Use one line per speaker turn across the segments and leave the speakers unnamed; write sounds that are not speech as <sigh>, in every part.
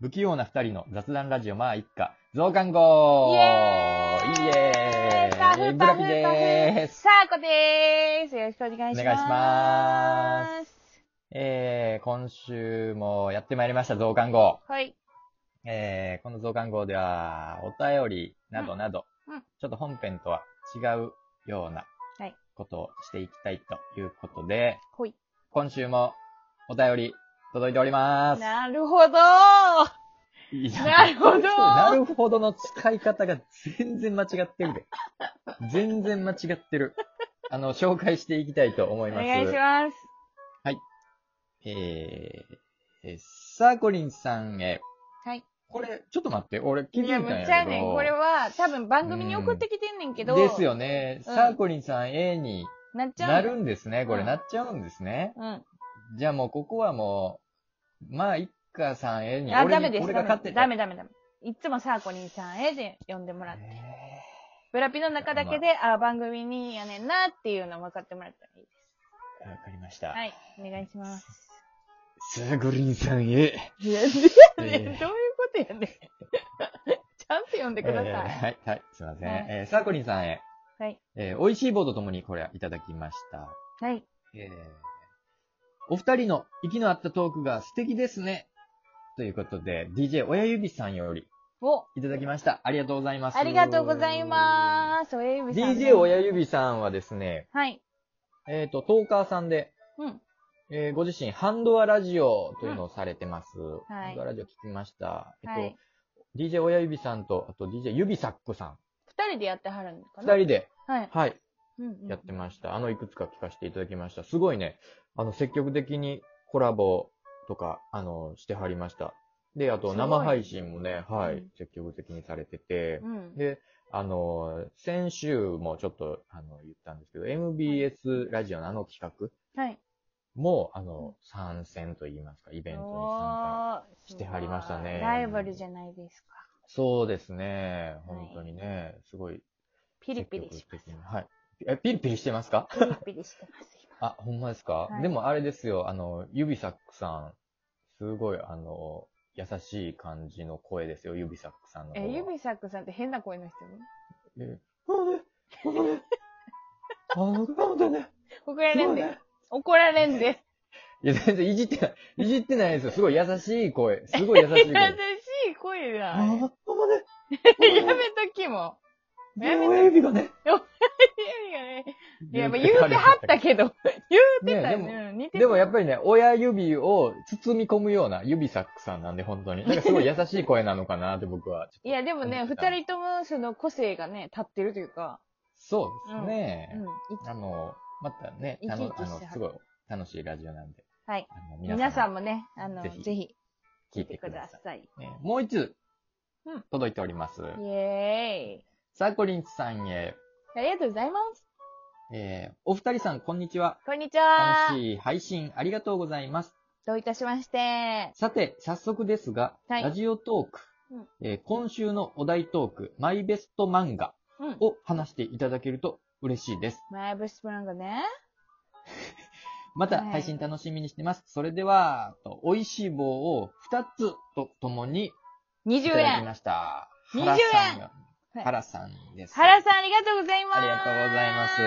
不器用な二人の雑談ラジオ、まあ、一家、増刊号
イエーイ
イエ
タフ
ーイブ
タ
ラ
フ
ピで
タ
ー
フ。
す
さあこでーす。よろしくお願いします。。
お願いしますえー、今週もやってまいりました、増刊号。
はい。
えー、この増刊号では、お便りなどなど、
うんうん
ちょっと本編とは違うような
はい
ことをしていきたいということで、
ほい。
今週もお便り届いております。
なるほどー
いや
なるほど
なるほどの使い方が全然間違ってるで。全然間違ってる。あの、紹介していきたいと思い
お
ます。
願いします。
えー、えーサーコリンさんへ。
はい。
これ、ちょっと待って、俺気づい
い
た
や、
ん
む
や
っ
け
ち
ど。
ゃね、これは多分番組に送ってきてんねんけど。
ですよね。
うん
サーコリンさん A に
なっちゃう。
なるんですね。これ、
うん
なっちゃうんですね。
うん。
じゃあもう、ここはもう、まあ、一家さん A に。
あ、
俺に
ダメです。
俺が勝手に
ダメダメダメ。いつもサーコリンさんへで呼んでもらって。
え
ブラピの中だけで、あ、番組にやねんなっていうのを分かってもらったらいいです。
ーわかりました。
はい。お願いします。
サーコリンさん A。
<laughs> いや、
え
ね、どういうことやねん。 <laughs> ちゃんと読んでください。
えーはい、はい、すいません。
はい
えーサーコリンさんへ、
はい。
えー美味しい棒とともにこれいただきました。
はい。
えーお二人の息の合ったトークが素敵ですね。ということで、DJ 親指さんより
お、
いただきました。ありがとうございます。
ありがとうございます。親指さんね。
DJ 親指さんはですね、
はい。
えっ、と、トーカーさんで、
うん。
えーご自身、ハンドアラジオというのをされてます。
はい
ハンドアラジオ聞きました。えっと、
はい。
DJ 親指さんと、あと DJ 指サックさん、
二人でやってはるんかな
二人で、
はい。
はい、
うんうん
やってました。あの、いくつか聞かせていただきました。すごいね、あの、積極的にコラボとか、あの、してはりました。で、あと、
すごい
生配信もね、は
う
い
ん、
積極的にされてて
う、ん。
で、あの、先週もちょっと、あの、言ったんですけど、MBS ラジオのあの企画
はい。
も、あの、参戦といいますか、イベントに参加。
おー
してはりましたね
ライバルじゃないですか。
そうですね、
はい
本当にね、すごい。
ピリピリします
積極的。にはい。え、ピリピリしてますか
ピリピリしてます、
<laughs>
今。
あ、ほんまですか、
はい
でもあれですよ、あの、ユビサックさん、すごい、あの、優しい感じの声ですよ、ユビサックさんの方は。
え、ゆびさくさんって変な声の人
えあのね、あのね、あのね、ね、
怒ら
す
れ
ご
ん
い
で
ね。。
怒られんで。
いや、全然いじってない、いじってないですよ。すごい優しい声。すごい優
<laughs>
しい
優
声。
しい声
あ
だ。やめ
のね、
と
あのね、
きも。やめて
親指がね。
いやいやいやいや、まあ言うてはった
<laughs>
けど、言うてたよ、
ね
ね。似てた
でもやっぱりね、親指を包み込むような指サックさんなんで、本当に。なんかすごい優しい声なのかなって僕は。
いや、でもね、
思っ
二
てた
人ともその個性がね、立ってるというか、
そうですね。
うん。い
あの、またね、
生き生き
あ
し
の
て、はる
すごい楽しいラジオなんで、
はい。
あの
皆さんもね、あの、
ぜ
ぜ
ひ聞
ひ聞
い
い
て
て
く
く
だ
だ
さ
さい。
い。ねもう一つ
うん、
届いております。
イエ
サーコリンさんへ、
ーイ。ありがとうございます。
えーお二人さん、こんにちは。
こんにちは
楽。しい配信ありがとうございます。
どういたしまして。
さて、早速ですが、
はい
ラジオトーク、
うん
えー今週のお題トーク、マイベスト漫画
うん。
を話していただけると嬉しいです。
マイブスプランがね。
また
はい
配信楽しみにしてます。それでは、と美味しい棒を2つとともにい
20
ただき
円。
ました。
20円
原さんが
はい
原さんです。
原さん、ありがとうございます。
ありがとうございます。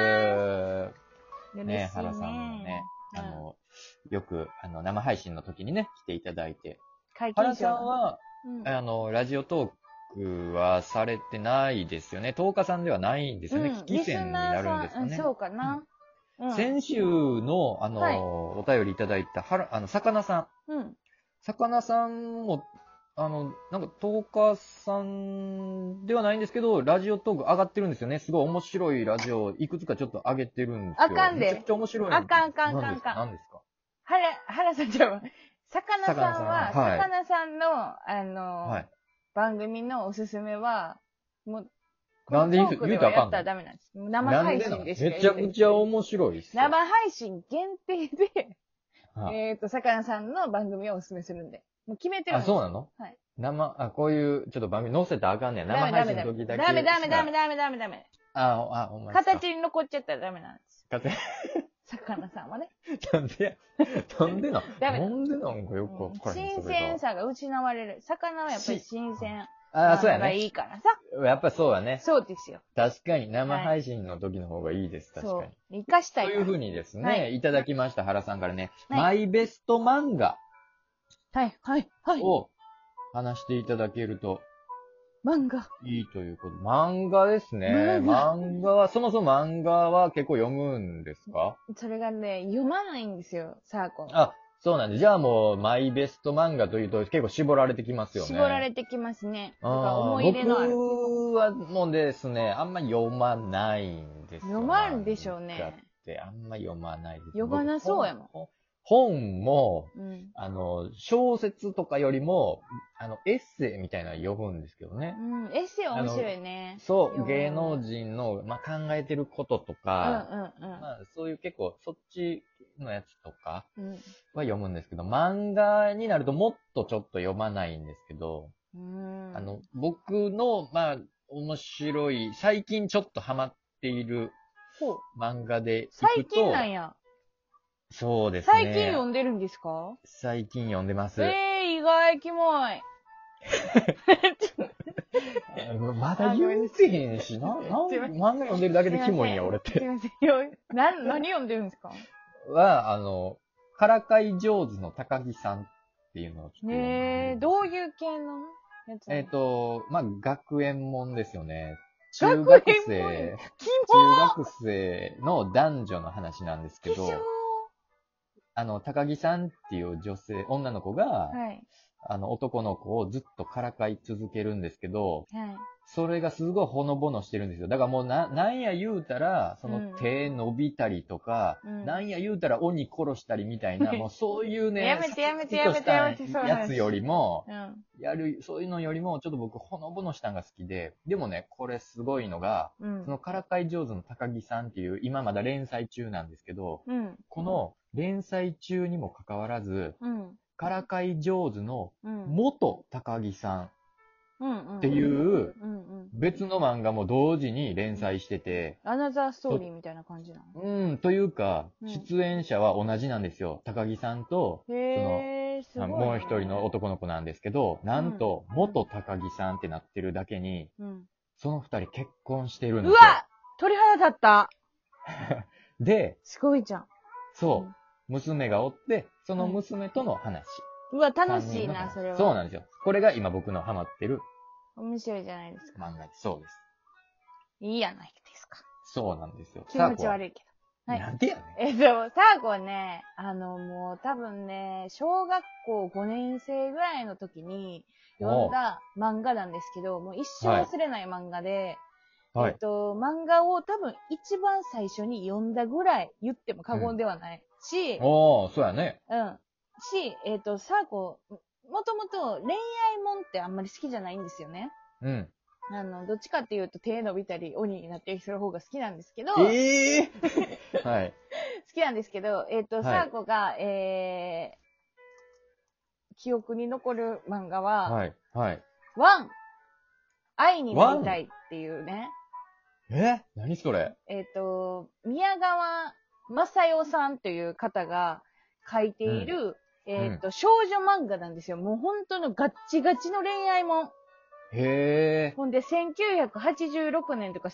嬉しいね。
ね、原さんもね、あの、よく、あの、生配信の時にね、来ていただいて。
解
原
禁賞
さん、は、
うん
あの、ラジオトークはされてないですよね。10日さんではないんですよね。
うん
危機戦になるんですか
リ
ね
スナーさんうん。そうかな。うん。
先週の、あの、
はい
お便りいただいた、はあの、魚さん。
うん。
魚さんも、あの、なんか、トーカーさんではないんですけど、ラジオトーク上がってるんですよね。すごい面白いラジオ、いくつかちょっと上げてるんですよ。
あかんで
めちゃくちゃ面白い。
あかんあかんあかんあかん
何ですか
原、原さんじゃん。魚さんは、
魚さんはい
魚さんの、あ
何ですか
の、
はい。
番組のおすすめは、もう、
なんで言う
このトーク
言う
で
た
は
らあかん
や
の
ったらダメなんです。生配信でしか
なんでなんめちゃくちゃ面白いっすよ。
生配信限定で、
<laughs> はい
えっと、魚さんの番組をおすすめするんで。もう決めてるん
あ、
です
そうなの
はい
生、あ、こういう、ちょっと番組載せたらあかんねや。生
ダ
配
メ
信
ダ
の
メ
時
ダ
だ
メ。
け。
ダメダメダメダメダメダメダメ。
あ、あ、お前。
形に残っちゃったらダメなんです。
形。 <laughs>
魚さんはね。
なんでや。なんでな。
ダメだ
なんでなんかよくわ
う
か
ん
らへん。
新
それが
鮮さが失われる。魚はやっぱり新鮮
あ
な
あ、そうや
のが
ね。
いいからさ。
やっぱそうやね。
そうですよ。
確かに生
はい
配信の時の方がいいです。確
そ
か
う
に。。
生かしたい
と
か
い
ら。
うふうにですね、、
はい
ただきました原さんからね、
はい
マイベスト漫画
はい、はい、はい。
を話していただけると
漫画。
いいということ。漫画ですね。
漫画
漫画は、そもそも漫画は結構読むんですか
それがね、読まないんですよ、サーコン。
あ、そうなんです。じゃあもう、マイベスト漫画というと結構絞られてきますよね。
絞られてきますね。
あ
なんか
ー
思い入れのある。
僕はもうですね、あんま読まないんですよ
読まんでしょう
漫画っ
ね。
てあんま読まないです。
読まなそうやもん
僕本本も、
うん。
あの、小説とかよりも、あの、エッセイみたいなの読むんですけどね。
うん。エッセイ面白いね。
そう、
読む
芸能人の、まあ、考えてることと
うん
か、
うん
まあ、そういう結構、そっちのやつとか
うん。
は読むんですけど、漫画になるともっとちょっと読まないんですけど、
うん。
あの、僕の、まあ、面白い、最近ちょっとハマっている
ほう、
漫画でいくと、
最近なんや。
そうですね。
最近読んでるんですか
最近読んでます。
ええー、意外キモい。
あのまだ言うてへんし、な、な、
すいませ
漫画読んでるだけでキモいんや、俺っ
すい
て。
ません。よな、何読んでるんですか
は、あの、からかい上手の高木さんっていうのをちょっと読んで
ねえ、どういう系のやつなの
えっ、、と、まあ、学園もんですよね。中
学園
学
もん
生、
キ
中学生の男女の話なんですけ
モ希
ど、あの、高木さんっていう女性、女の子が、
はい、
あの、男の子をずっとからかい続けるんですけど、
はい。
それがすごいほのぼのしてるんですよ。だからもうな、なんや言うたら、その
うん
手伸びたりとか、
うん
なんや言うたら鬼殺したりみたいな、もうそういうね、
やめてやめてやめてやめて
シャキッとしたやつよりも、
うん、
やる、そういうのよりも、ちょっと僕、ほのぼのしたんが好きで、でもね、これすごいのが、
うん。
そのからかい上手の高木さんっていう、今まだ連載中なんですけど、
うん、
この連載中にもかかわらず、
うん、
からかい上手の
うん。
元高木さん
うん、
ってい。う
うん、うん。
別の漫画も同時に連載してて、
アナザーストーリーみたいな感じなの
うん、というか
う、ん
出演者は同じなんですよ。高木さんと、
へえ、すご
あ
い、ね。
もう一人の。男の子なんですけど、なんと、元高木さんってなってるだけに、
うん。
その二人結婚してるんで
う
すよ。
わ鳥肌立った
です
ごいじゃん。
そう、娘がおって、その娘との話。
うわ、楽し
三
い
人の
な、
話
それは。
そうなんですよ。これが今僕のハマってる
面白いじゃないですか。
漫画です。そうです。
いいやないですか。
そうなんですよ。
気持ち悪いけど。
サーコは
はい。
なんでやねん。
えっと、サーコはね、あの、もう多分ね、小学校5年生ぐらいの時に読んだ漫画なんですけど、もう一生忘れない漫画で、
は
え
い
っ。と、漫画を多分一番最初に読んだぐらい言っても過言ではないし、うん。
おー、そうやね。
し、えっ、と、サーコ、もともと恋愛もんってあんまり好きじゃないんですよね。
うん。
あの、どっちかっていうと手伸びたり鬼になったりする方が好きなんですけど、好
ええ <laughs> はい。
きなんですけど、えっ、と、
はい
サーコが、えー、記憶に残る漫画は、
はい。はい。
ワン愛になりたいっていうね。
え何それ
えっ、と、宮川正代さんという方が書いている、えっ、と、少女漫画なんですよ。もう本当のガッチガチの恋愛もん。
へえ。
ほんで、1986年とか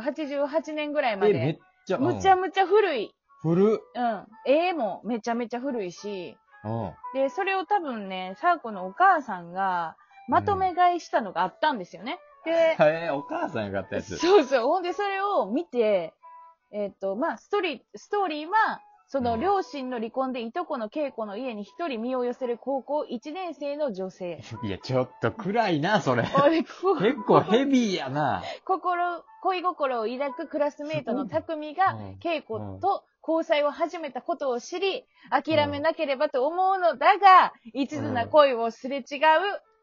1988年ぐらい
え、
ま
めっ
で、
ちゃ、
むちゃ
うん
むちゃ古い。
古っ。
うん。絵もめちゃめちゃ古いし、
うん。
で、それを多分ね、サーコのお母さんが、まとめ買いしたのがあったんですよね。で、
えー、お母さんが買ったやつ。
そうそう。ほんで、それを見て、えっ、と、まあ、ストーリー、ストーリーは、その、
うん
両親の離婚でいとこの稽古の家に一人身を寄せる高校1年生の女性。
いや、ちょっと暗いな、
<laughs>
それ。
あれこ
結構ヘビーやな。
心、恋心を抱くクラスメイトの匠が
うん、
稽古と交際を始めたことを知り、諦めなければと思うのだが、一途な恋をすれ違う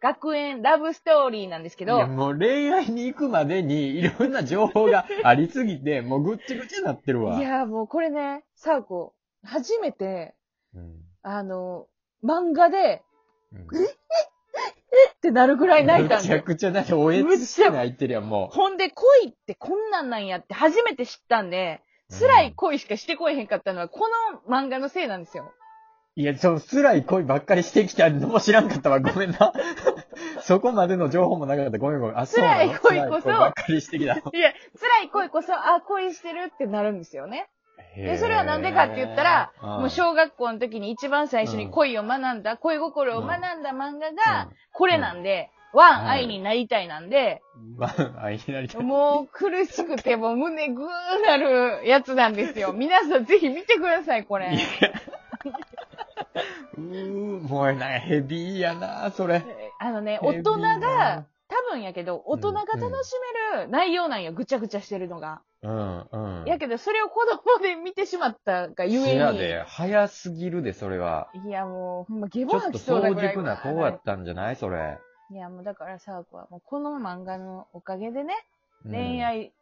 学園ラブストーリーなんですけ
い
ど、
や、もう恋愛に行くまでにいろんな情報がありすぎて、もうぐっちゃぐちゃになってるわ。
いやーもうこれね、サーコ、初めて、
うん。
あの、漫画で、
うん
ってなるぐらい <laughs> 泣いたん
む
だ
ちゃ
よ。
くちゃだって、おえつして泣いてるやん、も
ほんで、恋ってこんなんなんやって初めて知ったんで、辛い恋しかしてこえへんかったのは、この漫画のせいなんですよ。
いや、その辛い恋ばっかりしてきたのも知らんかったわ。ごめんな。 <laughs> そこまでの情報もなかった。ごめんごめん。あ、そうなの
辛い恋こそ
辛いばっかりしてきたの。
いや、辛い恋こそ、あ、恋してるってなるんですよね。
へー
それはなんでかって言ったら、
うん
もう小学校の時に一番最初に恋を学んだ、恋心を学んだ漫画が、これなんで、ワン愛になりたいなんで、
うんまあ、あいきなり。
もう苦しくてもう胸ぐーなるやつなんですよ。皆さんぜひ見てください、これ。
うー、もうなんかヘビーやな、それ。
あのね、
ヘ
大
ビー
人が
な、
多分やけど、大人が楽しめる内容なんよ、ぐちゃぐちゃしてるのが。
うん、うん。
やけど、それを子供で見てしまったがゆ
せ
え
や
に。
で、早すぎるで、それは。
いや、もう、ほんま、ゲ
ち
ボ
ょっ
吐
と
きそうな
早
ぐらい。
熟な子やったんじゃないそれ。
いや、もうだからさ、こうもうこの漫画のおかげでね、
うん
恋、愛、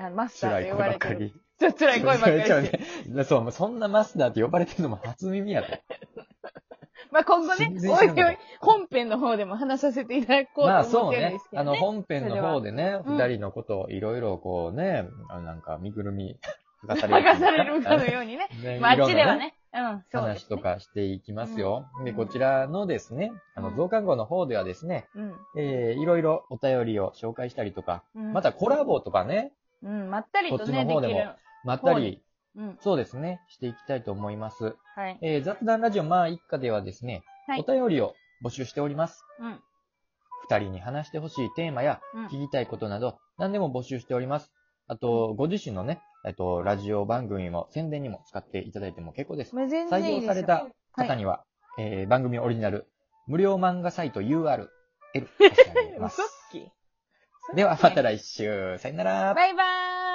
あマスター
辛
と
い
呼
恋
ば
ばっ
れ
てか
る。
り。
そう辛い恋ば
<laughs>
っかりして。
ね。そう、そんなマスターって呼ばれてるのも初耳やで。
まあ今後ね
全、然知
おい
らんかった
おい、本編の方でも話させていただこう
まあ
と
そ
思
う
ってるんで
ね
す。け
あ
ど
の
ね。
本編の方でね、
それ
二、
は
人のことをいろいろこうね、あのなんか身ぐるみ <laughs> 剥がされ
剥 <laughs>
る。
がされるかのよう
<laughs>
にね。 <laughs>
ね
まああ
いろ
っ
ん
ち
な
ではね、うん、そうで
話
すね
と。かしていきますよ。
ん
で、こちらのですね、あ
う
の
ん
増刊号の方ではですね、
うん。
えー、いろいろお便りを紹介したりとか、
うん
また、コラボとかね、
うん、まったりと
こっち
ね、
の方
で
で
き
も
る。
まったり、
うん、
そうですね、していきたいと思います。
はい。
えー、雑談ラジオまあ一家ではですね、
はい
お便りを募集しております。
うん、
二人に話してほしいテーマや、
うん
聞きたいことなど、何でも募集しております。あと、ご自身のね、えっと、ラジオ番組も宣伝にも使っていただいても結構です。
まあ全
採
然いい
用
ですよ。
された方には、えー番組オリジナル、無料漫画サイト URL
<laughs>
差し上げ
はい。
ます
嘘っき。
では、また
来
来週。さよなら。
バイバーイ